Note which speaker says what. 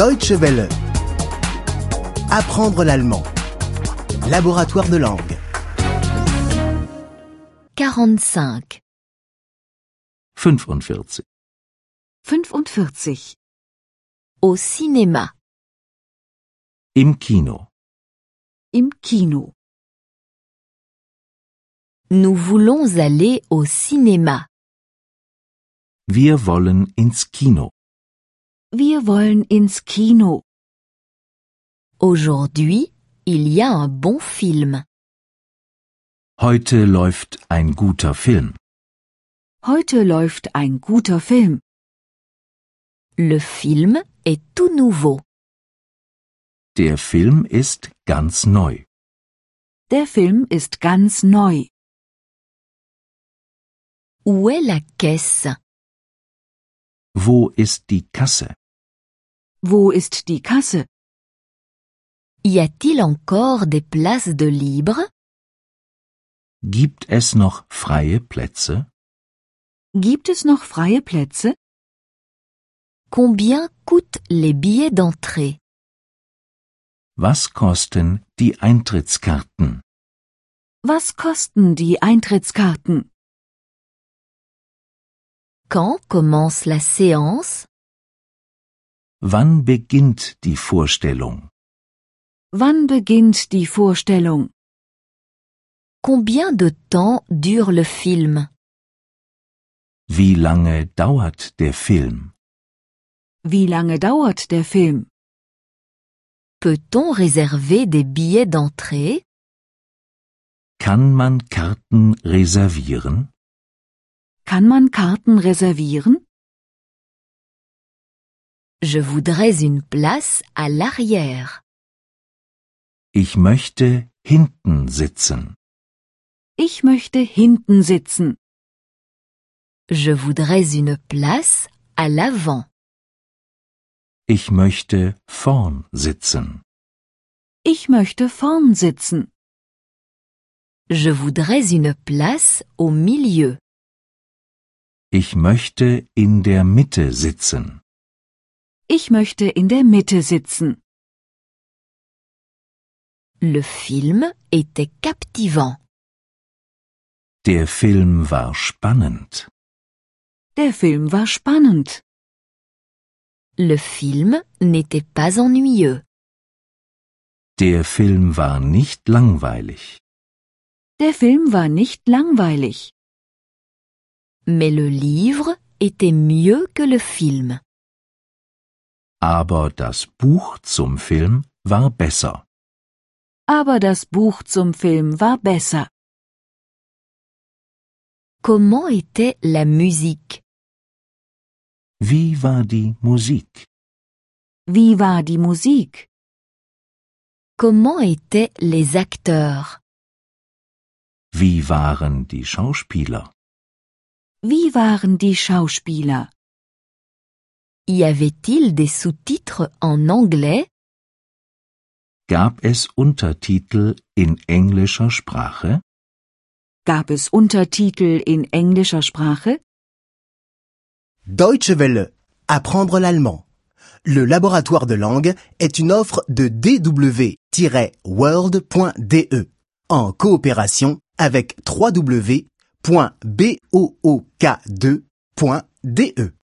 Speaker 1: Deutsche Welle. Apprendre l'allemand. Laboratoire de langue.
Speaker 2: 45.
Speaker 3: 45.
Speaker 4: 45.
Speaker 2: Au cinéma.
Speaker 3: Im Kino.
Speaker 4: Im Kino.
Speaker 2: Nous voulons aller au cinéma.
Speaker 3: Wir wollen ins Kino.
Speaker 4: Wir wollen ins Kino.
Speaker 2: Aujourd'hui, il y a un bon film.
Speaker 3: Heute läuft ein guter Film.
Speaker 4: Heute läuft ein guter Film.
Speaker 2: Le film est tout nouveau.
Speaker 3: Der Film ist ganz neu.
Speaker 4: Der Film ist ganz neu.
Speaker 2: Où est la caisse
Speaker 3: Wo ist die Kasse?
Speaker 4: Wo ist die Kasse?
Speaker 2: Y a-t-il encore des places de libres
Speaker 3: Gibt es noch freie Plätze?
Speaker 4: Gibt es noch freie Plätze?
Speaker 2: Combien coûtent les billets d'entrée
Speaker 3: Was kosten die Eintrittskarten?
Speaker 4: Was kosten die Eintrittskarten?
Speaker 2: Quand commence la séance
Speaker 3: Wann beginnt die Vorstellung?
Speaker 4: Wann beginnt die Vorstellung?
Speaker 2: Combien de temps dure le film
Speaker 3: Wie lange dauert der Film?
Speaker 4: Wie lange dauert der Film?
Speaker 2: Peut-on réserver des billets d'entrée
Speaker 3: Kann man Karten reservieren?
Speaker 4: Kann man Karten reservieren?
Speaker 2: Je voudrais une place à l'arrière.
Speaker 3: Ich möchte hinten sitzen.
Speaker 4: Ich möchte hinten sitzen.
Speaker 2: Je voudrais une place à l'avant.
Speaker 3: Ich möchte vorn sitzen.
Speaker 4: Ich möchte vorn sitzen.
Speaker 2: Je voudrais une place au milieu.
Speaker 3: Ich möchte in der Mitte sitzen.
Speaker 4: Ich möchte in der Mitte sitzen.
Speaker 2: Le film était captivant.
Speaker 3: Der Film war spannend.
Speaker 4: Der Film war spannend.
Speaker 2: Le film n'était pas ennuyeux.
Speaker 3: Der Film war nicht langweilig.
Speaker 4: Der Film war nicht langweilig.
Speaker 2: Mais le livre était mieux que le film.
Speaker 3: Aber das Buch zum Film war besser.
Speaker 4: Aber das Buch zum Film war besser.
Speaker 2: Comment était la musique
Speaker 3: Wie war die Musik?
Speaker 4: Wie war die Musik?
Speaker 2: Comment étaient les acteurs
Speaker 3: Wie waren die Schauspieler?
Speaker 4: Wie waren die Schauspieler?
Speaker 2: Y avait-il des sous-titres en anglais
Speaker 3: Gab es Untertitel in englischer Sprache?
Speaker 4: Gab es Untertitel in englischer Sprache?
Speaker 1: Deutsche Welle. Apprendre l'allemand. Le laboratoire de langue est une offre de dw-world.de E en coopération avec www.book2.de.